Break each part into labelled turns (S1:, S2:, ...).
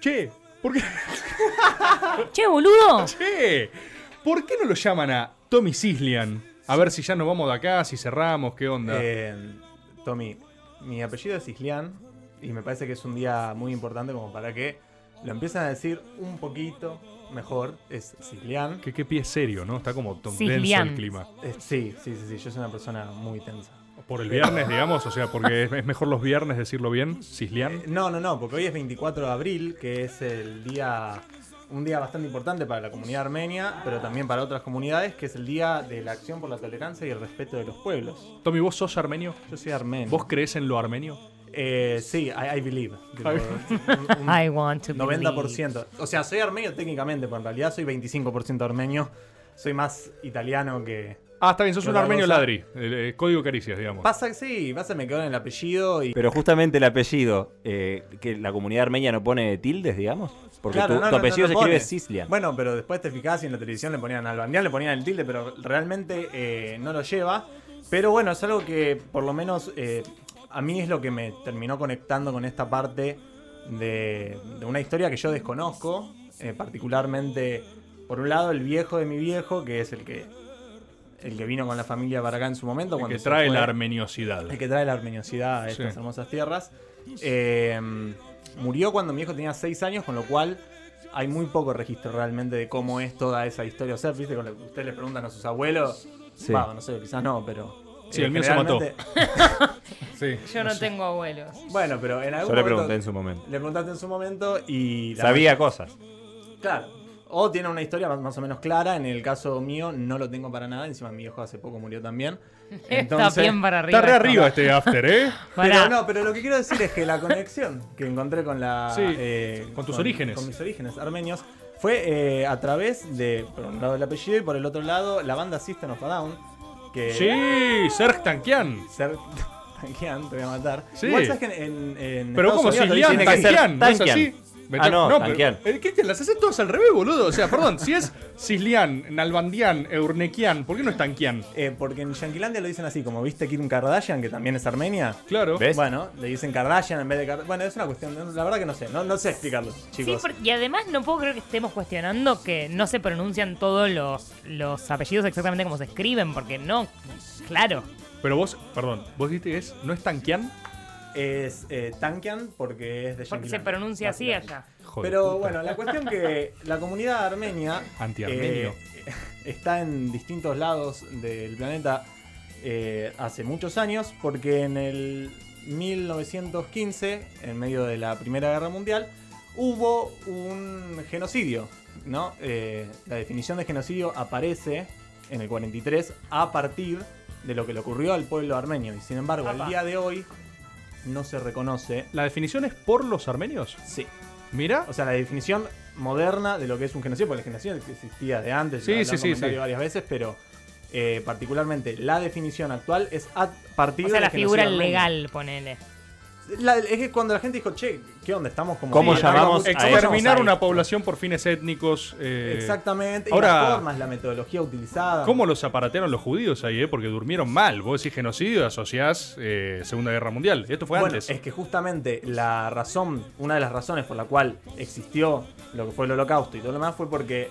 S1: Che, ¿por qué,
S2: Che, boludo.
S1: che, ¿por qué no lo llaman a Tommy Sislian? A ver si ya nos vamos de acá, si cerramos, qué onda.
S3: Eh, Tommy, mi apellido es Islián y me parece que es un día muy importante como para que lo empiecen a decir un poquito mejor. Es Islián.
S1: Qué, qué pie serio, ¿no? Está como tom- denso
S2: Sislian.
S1: el clima. Eh.
S3: Eh, sí, sí, sí, sí, yo soy una persona muy tensa.
S1: Por el viernes, digamos, o sea, porque es, es mejor los viernes decirlo bien, Sislian.
S3: No, no, no, porque hoy es 24 de abril, que es el día, un día bastante importante para la comunidad armenia, pero también para otras comunidades, que es el día de la acción por la tolerancia y el respeto de los pueblos.
S1: Tommy, ¿vos sos armenio?
S3: Yo soy armenio.
S1: ¿Vos crees en lo armenio?
S3: Eh, sí, I, I believe. Tipo, un-
S2: I want to believe.
S3: 90%. O sea, soy armenio técnicamente, pero en realidad soy 25% armenio. Soy más italiano que...
S1: Ah, está bien, sos
S3: Pero
S1: un
S3: la
S1: armenio
S3: cosa-
S1: ladri. eh, eh, código caricias, digamos.
S3: Pasa que sí, pasa que me quedo en el apellido y...
S4: Pero justamente el apellido, eh, que la comunidad armenia no pone tildes, digamos. Porque
S3: Claro,
S4: tu,
S3: no, no,
S4: tu
S3: no,
S4: apellido
S3: no
S4: se escribe
S3: pone.
S4: Sislian.
S3: Bueno, pero después te fijás y en la televisión le ponían Albandián, le ponían el tilde, pero realmente eh, no lo lleva. Pero bueno, es algo que por lo menos eh, a mí es lo que me terminó conectando con esta parte de, de una historia que yo desconozco. eh, particularmente, por un lado, el viejo de mi viejo, que es el que, el que vino con la familia para acá en su momento.
S1: el
S3: cuando
S1: que
S3: se
S1: trae
S3: fue.
S1: la armeniosidad.
S3: El que trae la armeniosidad a estas
S1: Sí.
S3: hermosas tierras. Eh, murió cuando mi hijo tenía 6 años, con lo cual hay muy poco registro realmente de cómo es toda esa historia. O sea, viste, con lo que ustedes le preguntan a sus abuelos.
S4: Sí.
S3: Va, no sé, quizás no, pero.
S1: Sí, el mío se mató.
S3: generalmente-
S1: Sí.
S2: Yo no tengo abuelos.
S3: Bueno, pero en algún
S4: Yo le
S3: momento-
S4: pregunté en su momento.
S3: Le preguntaste en su momento y. la-
S4: Sabía cosas.
S3: Claro. O tiene una historia más- más o menos clara. En el caso mío, no lo tengo para nada. Encima, mi hijo hace poco murió también.
S2: Está bien para arriba.
S1: Está re arriba este after, ¿eh?
S2: Pará.
S3: Pero no, pero lo que quiero decir es que la conexión que encontré con la eh,
S1: Sí, con tus orígenes.
S3: con mis orígenes armenios fue eh, a través de por un lado el apellido y por el otro lado la banda System of a Down
S1: Eh.
S3: que
S1: Sí, Serg Tankian.
S3: ser Tankian te voy a matar.
S1: Sí.
S3: Igual sabes que en, en
S1: Pero
S3: Estados
S1: como
S3: Unidos
S1: Sislian,
S3: tiene que ser-
S1: Tankian, ¿no es
S4: Tankian.
S1: así? Me
S4: Ah,
S1: tengo-
S4: no,
S1: pero-
S4: Tankian.
S1: eh, ¿Qué te las haces todas al revés, boludo? O sea, perdón, si es Sislian, Nalbandian, Eurnequian, ¿por qué no es Tankian?
S3: eh, porque en Yanquilandia lo dicen así, como viste Kim Kardashian que también es armenia.
S1: Claro.
S4: ¿Ves?
S3: Bueno, le dicen Kardashian en vez de Kardashian. Bueno, es una cuestión, la verdad que no sé, no, no sé explicarlo,
S2: Sí,
S3: chicos.
S2: por- y además no puedo creer que estemos cuestionando que no se pronuncian todos los, los apellidos exactamente como se escriben, porque no, claro.
S1: Pero vos, perdón, vos dijiste que es, ¿no es Tankian?
S3: Es eh, Tankian porque es de
S2: Porque se
S3: Yanquilandia,
S2: pronuncia así
S3: básicamente.
S2: allá.
S1: Hijo de
S3: Pero
S1: puta.
S3: bueno, la cuestión que la comunidad armenia
S1: Antiarmenio.
S3: eh, está en distintos lados del planeta eh, hace muchos años, porque en el 1915, en medio de la Primera Guerra Mundial, hubo un genocidio. ¿no? Eh, la definición de genocidio aparece en el 43 a partir de lo que le ocurrió al pueblo armenio. Y sin embargo, al
S2: Apa.
S3: día de hoy no se reconoce.
S1: ¿La definición es por los armenios?
S3: Sí,
S1: Mira.
S3: o sea, la definición moderna de lo que es un genocidio, porque el genocidio existía de antes,
S1: Sí,
S3: lo- lo
S1: sí,
S3: han
S1: sí,
S3: comentado
S1: sí.
S3: varias veces, pero eh, particularmente la definición actual es a partir
S2: O sea,
S3: del
S2: la
S3: genocidio
S2: figura
S3: armenio.
S2: legal, ponele.
S3: La- es que cuando la gente dijo, che, ¿qué onda? Estamos como.
S4: ¿Cómo
S3: Sí,
S4: llamamos
S3: estamos-
S4: a eso?
S1: Exterminar
S3: estamos
S1: una
S3: ahí.
S1: población por fines étnicos. eh,
S3: Exactamente.
S1: ahora-
S3: Ahora, las formas, la metodología utilizada.
S1: ¿Cómo los aparatearon los judíos ahí, eh? Porque durmieron mal. Vos decís genocidio, asociás eh, Segunda Guerra Mundial. Esto fue
S3: Bueno,
S1: antes.
S3: es que justamente la razón, una de las razones por la cual existió lo que fue el holocausto y todo lo demás fue porque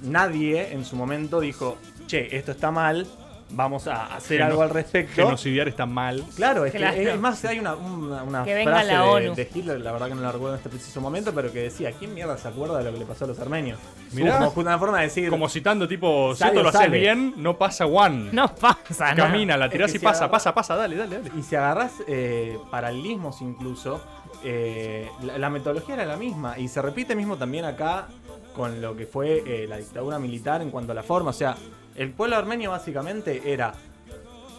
S3: nadie en su momento dijo, che, esto está mal, vamos a hacer
S1: Geno-
S3: algo al respecto.
S1: Genocidiar está mal.
S3: Claro, es, que-
S2: Claro.
S3: es más, hay una, una- una
S2: Que venga
S3: frase
S2: la
S3: de-
S2: ONU.
S3: De, Hitler, la verdad que no la recuerdo en este preciso momento, pero que decía, ¿quién mierda se acuerda de lo que le pasó a los armenios?
S1: Mirá.
S3: Como una forma de decir...
S1: Como citando, tipo, si
S3: Sale,
S1: esto lo haces
S3: sale.
S1: bien, no pasa one.
S2: No pasa, ¿no?
S1: Camina, la tirás
S3: Es que
S1: y
S3: si
S1: pasa,
S3: agarra-
S1: pasa, pasa, dale, dale, dale.
S3: Y si agarras eh, paralelismos incluso, eh, la, la metodología era la misma. Y se repite mismo también acá con lo que fue eh, la dictadura militar en cuanto a la forma. O sea, el pueblo armenio básicamente era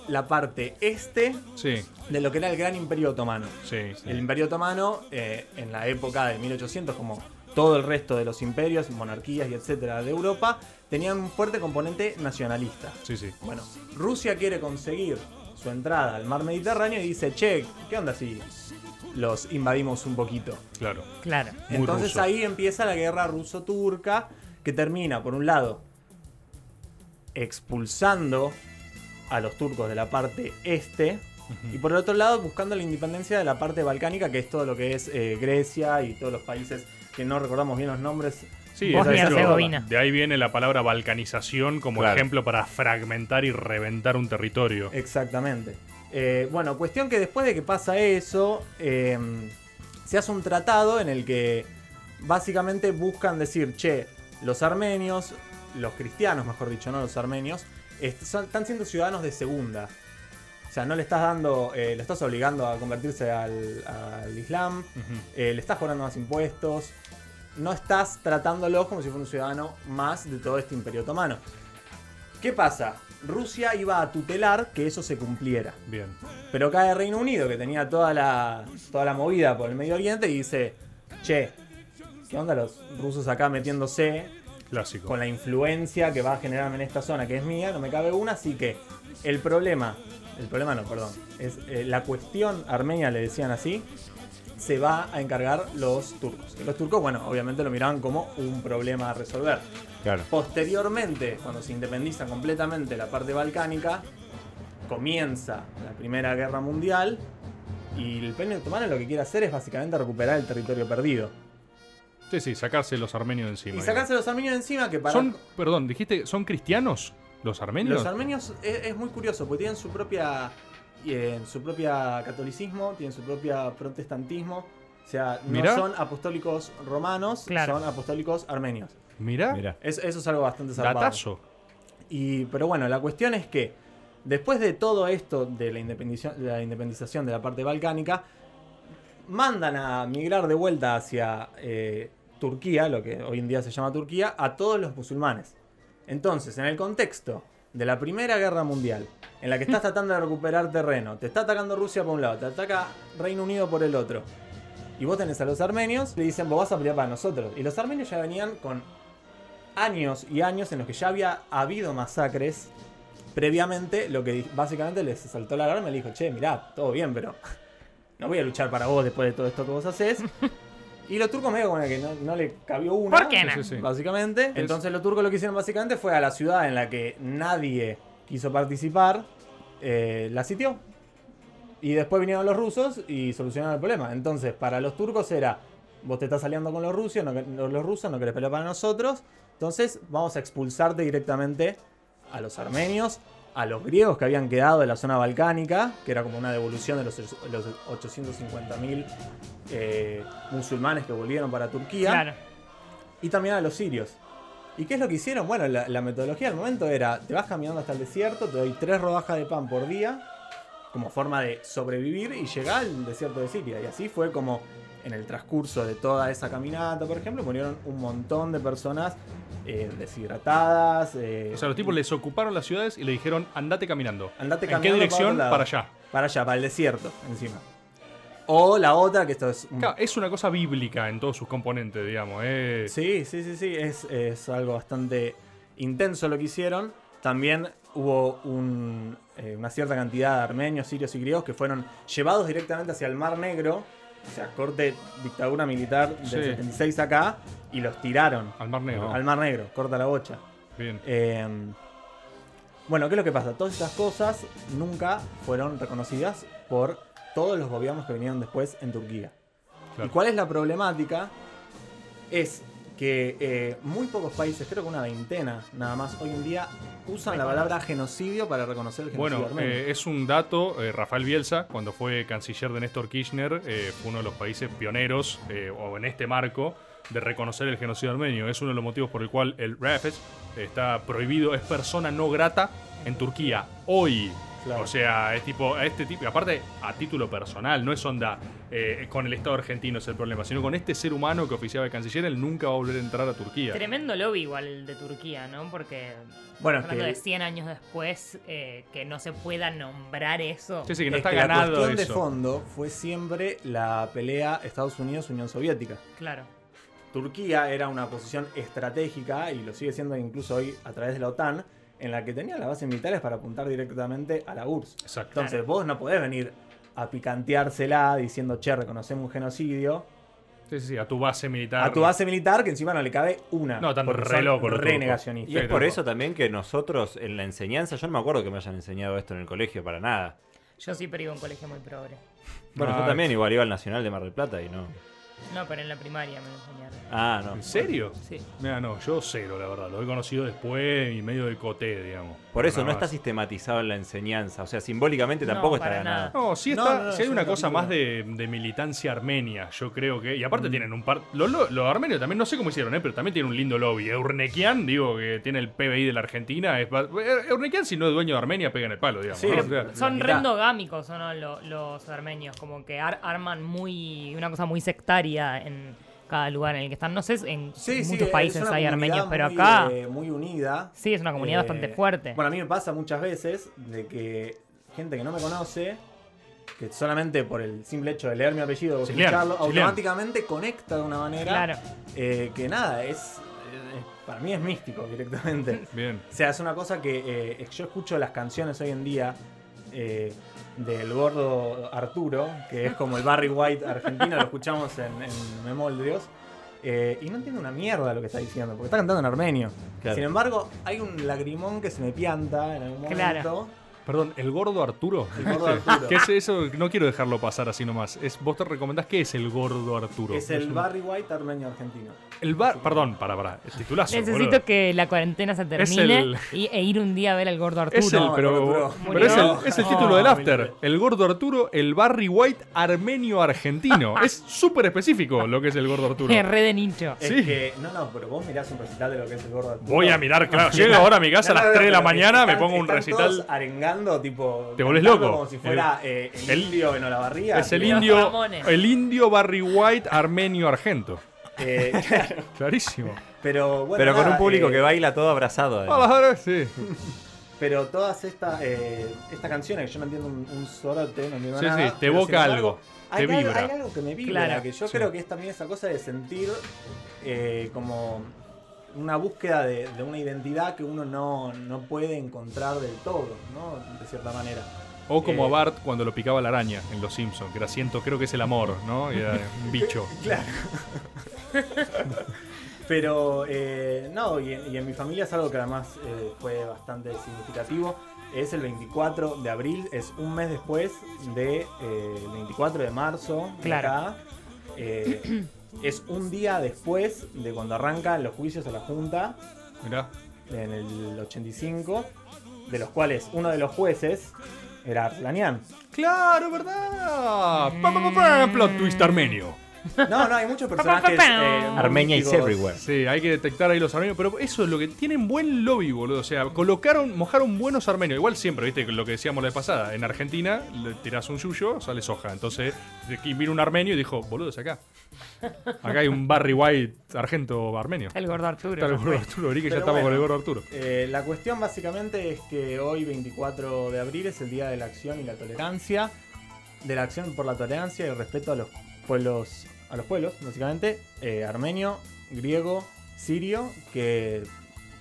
S3: la parte este
S1: Sí,
S3: de lo que era el gran imperio otomano.
S1: sí, sí.
S3: El imperio otomano, eh, en la época de 1800, como todo el resto de los imperios, monarquías y etcétera de Europa, tenían un fuerte componente nacionalista.
S1: Sí, sí.
S3: Bueno, Rusia quiere conseguir su entrada al mar Mediterráneo y dice, che, ¿qué onda si los invadimos un poquito?
S1: Claro.
S2: Claro.
S1: Muy
S3: Entonces
S1: ruso.
S3: ahí empieza la guerra ruso-turca que termina, por un lado, expulsando a los turcos de la parte este Y por el otro lado, buscando la independencia de la parte balcánica, que es todo lo que es eh, Grecia y todos los países que no recordamos bien los nombres.
S1: Sí,
S2: Bosnia y
S1: exacto.
S2: Herzegovina.
S1: de ahí viene la palabra balcanización como
S4: Claro.
S1: ejemplo para fragmentar y reventar un territorio.
S3: Exactamente. Eh, bueno, cuestión que después de que pasa eso, eh, se hace un tratado en el que básicamente buscan decir, che, los armenios, los cristianos, mejor dicho, no los armenios, est- son- están siendo ciudadanos de segunda. O sea, no le estás dando, eh, lo estás obligando a convertirse al, al Islam,
S1: Ujú.
S3: eh, le estás cobrando más impuestos, no estás tratándolos como si fuera un ciudadano más de todo este imperio otomano. ¿Qué pasa? Rusia iba a tutelar que eso se cumpliera.
S1: Bien.
S3: Pero cae Reino Unido, que tenía toda la, toda la movida por el Medio Oriente, y dice, che, ¿qué onda los rusos acá metiéndose
S1: Clásico.
S3: con la influencia que va a generarme en esta zona, que es mía? No me cabe una, así que el problema, el problema no, perdón, es eh, la cuestión armenia, le decían así, se va a encargar los turcos. Los turcos, bueno, obviamente lo miraban como un problema a resolver.
S4: Claro.
S3: Posteriormente, cuando se independiza completamente la parte balcánica, comienza la Primera Guerra Mundial y el Imperio Otomano lo que quiere hacer es básicamente recuperar el territorio perdido.
S1: Sí, sí, sacarse los armenios de encima.
S3: Y sacarse los armenios de encima que para...
S1: Son, perdón, dijiste, ¿son cristianos los armenios?
S3: Los armenios es, es muy curioso porque tienen su propia... eh, su propia catolicismo, tienen su propia protestantismo. O sea, no
S1: Mirá.
S3: son apostólicos romanos,
S2: Claro.
S3: son apostólicos armenios.
S1: Mirá,
S4: Mira.
S3: Es- eso es algo bastante zarpado.
S1: datazo.
S3: Y, pero bueno, la cuestión es que después de todo esto de la, independiza- de la independización de la parte balcánica, mandan a migrar de vuelta hacia eh, Turquía, lo que hoy en día se llama Turquía, a todos los musulmanes. Entonces, en el contexto de la Primera Guerra Mundial, en la que estás tratando de recuperar terreno, te está atacando Rusia por un lado, te ataca Reino Unido por el otro, y vos tenés a los armenios, le dicen, vos vas a pelear para nosotros. Y los armenios ya venían con años y años en los que ya había habido masacres previamente, lo que di- básicamente les saltó la alarma y le dijo, che, mirá, todo bien, pero no voy a luchar para vos después de todo esto que vos haces. Y los turcos medio como que no, no le cabió una.
S2: ¿Por qué no?
S1: Sí, sí, sí.
S3: Básicamente. Entonces los turcos lo que hicieron básicamente fue a la ciudad en la que nadie quiso participar, eh, la sitió. Y después vinieron los rusos y solucionaron el problema. Entonces, para los turcos era, vos te estás aliando con los rusos, no, que- no- los rusos no querés pelear para nosotros, entonces vamos a expulsarte directamente a los armenios, a los griegos que habían quedado de la zona balcánica, que era como una devolución de los, los 850.000 eh, musulmanes que volvieron para Turquía
S2: Claro.
S3: y también a los sirios. ¿Y qué es lo que hicieron? Bueno, la, la metodología al momento era, te vas caminando hasta el desierto, te doy tres rodajas de pan por día, como forma de sobrevivir y llegar al desierto de Siria. Y así fue como en el transcurso de toda esa caminata, por ejemplo, murieron un montón de personas eh, deshidratadas. eh,
S1: O sea, los tipos les ocuparon las ciudades y le dijeron, andate caminando.
S3: Andate
S1: ¿En qué
S3: caminando para
S1: dirección?
S3: otro lado.
S1: Para allá.
S3: Para allá, para el desierto, encima. O la otra, que esto es un
S1: Claro, es una cosa bíblica en todos sus componentes, digamos. eh.
S3: Sí, sí, sí, sí, es, es algo bastante intenso lo que hicieron. También hubo un, eh, una cierta cantidad de armenios, sirios y griegos que fueron llevados directamente hacia el Mar Negro, o sea, corte dictadura militar del
S1: Sí.
S3: 76 acá, y los tiraron
S1: Al Mar Negro.
S3: al Mar Negro, corta la bocha.
S1: Bien.
S3: Eh, bueno, ¿qué es lo que pasa? Todas estas cosas nunca fueron reconocidas por todos los gobiernos que vinieron después en Turquía.
S1: Claro.
S3: ¿Y cuál es la problemática? Es que eh, muy pocos países, creo que una veintena nada más, hoy en día usan la palabra genocidio para reconocer el genocidio
S1: Bueno,
S3: armenio.
S1: eh, es un dato, eh, Rafael Bielsa, cuando fue canciller de Néstor Kirchner, eh, fue uno de los países pioneros, eh, o en este marco, de reconocer el genocidio armenio. Es uno de los motivos por el cual el RAFES E está prohibido, es persona no grata en Turquía, hoy.
S3: Claro.
S1: O sea, es tipo, a este tipo, y aparte a título personal, no es onda eh, con el Estado argentino es el problema, sino con este ser humano que oficiaba de canciller, él nunca va a volver a entrar a Turquía.
S2: Tremendo lobby igual el de Turquía, ¿no? Porque
S3: Bueno, es
S2: hablando
S3: que-
S2: de 100 años después, eh, que no se pueda nombrar eso.
S1: Sí, sí, que no
S3: Es
S1: está
S3: que la
S1: ganado
S3: cuestión
S1: eso.
S3: de fondo fue siempre la pelea Estados Unidos-Unión Soviética.
S2: Claro.
S3: Turquía era una posición estratégica y lo sigue siendo incluso hoy a través de la OTAN, en la que tenía las bases militares para apuntar directamente a la URSS.
S1: Exacto.
S3: Entonces vos no podés venir a picanteársela diciendo, che, reconocemos un genocidio,
S1: Sí, sí, sí, a tu base militar.
S3: a tu base militar que encima no le cabe una.
S1: No, tan
S3: porque
S1: re
S3: son
S1: loco los
S3: re
S1: turcos.
S4: Y
S3: negacionistas.
S4: es por eso también que nosotros en la enseñanza, yo no me acuerdo que me hayan enseñado esto en el colegio para nada.
S2: Yo sí, pero iba a un colegio muy pobre.
S4: Bueno, yo
S1: Ah,
S4: también igual iba al Nacional de Mar del Plata y no.
S2: No, pero en la primaria me lo enseñaron.
S4: Ah, no.
S1: ¿En serio?
S2: Sí.
S1: Mira, no, yo cero, la verdad. Lo he conocido después y medio de coté, digamos.
S4: Por eso
S1: Nada
S4: no está
S1: más.
S4: sistematizado en la enseñanza. O sea, simbólicamente
S2: No,
S4: tampoco
S2: para
S4: está
S2: nada.
S4: ganada.
S1: No, sí,
S3: No,
S1: está,
S3: no, no,
S1: sí hay
S3: es
S1: una
S3: una
S1: cosa
S3: película. Mm.
S1: más de, de militancia armenia, yo creo que. Y aparte tienen un par. Los, lo- los armenios también, no sé cómo hicieron, ¿eh? pero también tienen un lindo lobby. Eurnequian, digo, que tiene el PBI de la Argentina. Es, ba- Eh, Eurnequian, si no es dueño de Armenia, pega en el palo, digamos.
S3: Sí,
S1: ¿no?
S3: pero-
S1: O sea,
S2: Son
S3: mitad.
S2: rendogámicos, ¿o no? Lo- los armenios, como que ar- arman muy una cosa muy sectaria en cada lugar en el que están. No sé, en
S3: Sí, sí,
S2: muchos
S3: es
S2: países
S3: una
S2: hay
S3: comunidad
S2: armenios, pero
S3: muy,
S2: acá
S3: eh, muy unida.
S2: sí es una comunidad bastante
S3: Eh,
S2: fuerte.
S3: Bueno, a mí me pasa muchas veces de que gente que no me conoce, que solamente por el simple hecho de leer mi apellido o
S1: Siliano,
S3: escucharlo,
S1: Siliano.
S3: automáticamente conecta de una manera
S2: claro.
S3: eh, que nada, es eh, para mí es místico directamente.
S1: Bien.
S3: O sea, es una cosa que eh, yo escucho las canciones hoy en día eh, del gordo Arturo, que es como el Barry White argentino, lo escuchamos en, en Memoldios, eh, y no entiendo una mierda lo que está diciendo, porque está cantando en armenio.
S4: Claro.
S3: Sin embargo, hay un lagrimón que se me pianta en algún momento.
S2: Claro.
S1: Perdón, el gordo Arturo.
S3: El gordo Arturo.
S1: ¿Qué es eso? No quiero dejarlo pasar así nomás. Es, ¿Vos te recomendás qué es el gordo Arturo?
S3: Es el
S1: un-
S3: Barry White armenio argentino.
S1: El bar. Perdón, para, para. El titulazo.
S2: Necesito
S1: boludo.
S2: que la cuarentena se termine
S1: el-
S2: y, e ir un día a ver al gordo Arturo.
S1: Es el,
S3: No, el gordo
S1: pero,
S3: Arturo.
S1: pero es
S2: Murió.
S1: el, es el
S2: No,
S1: título del
S3: mil
S1: after.
S3: veces.
S1: El gordo Arturo, el Barry White armenio argentino. es súper específico lo que es el gordo Arturo.
S2: re de nicho.
S3: Es
S1: Sí.
S3: que, no, no, pero vos mirás un recital de lo que es el gordo Arturo.
S1: Voy a mirar, claro. Llego ahora a mi casa a las
S3: No, no,
S1: 3 de la
S3: pero
S1: mañana, me
S3: están-
S1: pongo un
S3: están
S1: recital.
S3: todos arengando, tipo.
S1: Te volvés
S3: cantando
S1: loco.
S3: Como si fuera eh, el,
S1: el-
S3: indio en Olavarría.
S1: Es el
S3: tipo,
S2: Los
S1: indio,
S2: Ramones.
S1: el indio Barry White armenio argento.
S3: eh, claro,
S1: Clarísimo.
S3: pero bueno.
S4: Pero con
S3: nada,
S4: un público
S3: eh,
S4: que baila todo abrazado. además.
S1: Hola, hola, sí.
S3: Pero todas estas eh, estas canciones que yo no entiendo un, un sorote, no entiendo
S1: Sí,
S3: nada.
S1: sí, te
S3: pero sin
S1: evoca
S3: embargo,
S1: algo,
S3: Hay,
S1: te
S3: al-
S1: vibra.
S3: hay algo que me vibra.
S2: Claro.
S3: Que yo
S1: Sí.
S3: creo que es también esa cosa de sentir eh, como una búsqueda de, de una identidad que uno no, no puede encontrar del todo, ¿no? De cierta manera.
S1: O como
S3: Eh.
S1: a Bart cuando lo picaba la araña en Los Simpsons, que era siento, creo que es el amor, ¿no? Y Era un bicho.
S3: Claro. Pero eh, no, y en, y en mi familia es algo que además eh, fue bastante significativo. Es el 24 de abril, es un mes después de, eh, el 24 de marzo. de
S2: Claro.
S3: acá. Eh, es un día después de cuando arrancan los juicios a la Junta
S1: Mirá.
S3: en el 85, de los cuales uno de los jueces era Arslanian.
S1: Claro, ¿verdad? Pa, pa, pa, pa, plot twist armenio.
S3: No, no, hay muchos personajes. eh, muy
S4: Armenia is
S3: míticos.
S4: everywhere.
S1: Sí, hay que detectar ahí los armenios, pero eso es lo que tienen buen lobby, boludo. O sea, colocaron, mojaron buenos armenios. Igual siempre, viste, lo que decíamos la vez pasada. En Argentina le tirás un yuyo, sale soja. Entonces, de aquí vino un armenio y dijo, boludo, es acá. Acá hay un Barry White argento armenio.
S2: El gordo Arturo.
S1: Está el gordo Arturo, abrí que ya
S3: Pero
S1: estamos con el
S3: bueno.
S1: gordo Arturo.
S3: Eh, la cuestión básicamente es que hoy 24 de abril es el Día de la Acción y la Tolerancia, de la acción por la tolerancia y el respeto a los pueblos, a los pueblos básicamente, eh, armenio, griego, sirio, que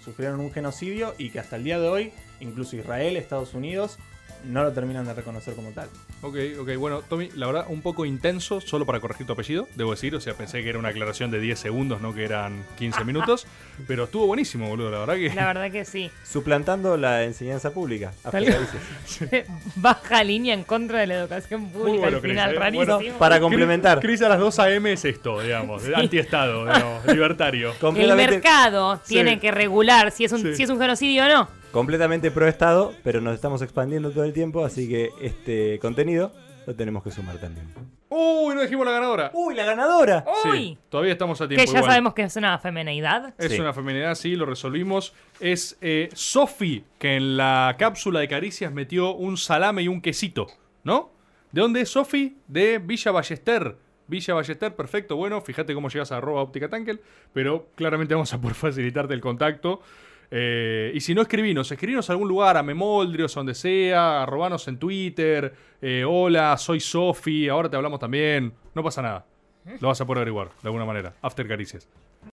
S3: sufrieron un genocidio y que hasta el día de hoy, incluso Israel, Estados Unidos, no lo terminan de reconocer como tal.
S1: Ok, ok, bueno, Tommy, la verdad, un poco intenso, solo para corregir tu apellido, debo decir. O sea, pensé que era una aclaración de 10 segundos, no que eran 15 minutos. Pero estuvo buenísimo, boludo, la verdad que.
S2: La verdad que sí.
S4: Suplantando la enseñanza pública.
S2: Tal- Baja línea en contra de la educación pública
S1: bueno,
S2: al
S1: Cris,
S2: final,
S1: eh.
S2: rarísimo.
S1: Bueno,
S4: Para complementar.
S1: Cris a las 2 a.m. es esto, digamos, antiestado, digamos, libertario.
S2: El
S4: Completamente,
S2: mercado
S1: Sí.
S2: tiene que regular si es un,
S1: Sí.
S2: si es un genocidio o no.
S4: completamente pro Estado, pero nos estamos expandiendo todo el tiempo, así que este contenido lo tenemos que sumar también.
S1: Uy, no dijimos la ganadora.
S4: ¡Uy, la ganadora!
S2: Uy.
S1: Sí, todavía estamos a tiempo.
S2: Que ya
S1: igual.
S2: sabemos que es una femeneidad.
S1: Es
S4: Sí.
S1: una feminidad, sí, lo resolvimos. Es eh, Sophie, que en la cápsula de caricias metió un salame y un quesito, ¿no? ¿De dónde es Sofi? De Villa Ballester. Villa Ballester, perfecto. Bueno, fíjate cómo llegas a arroba óptica tankel, pero claramente vamos a poder facilitarte el contacto. Eh, y si no, escribinos. Escribinos a algún lugar, a Memoldrios, a donde sea, arrobanos en Twitter. eh, hola, soy Sofi, ahora te hablamos también. No pasa nada. Lo vas a poder averiguar, de alguna manera. After Caricias.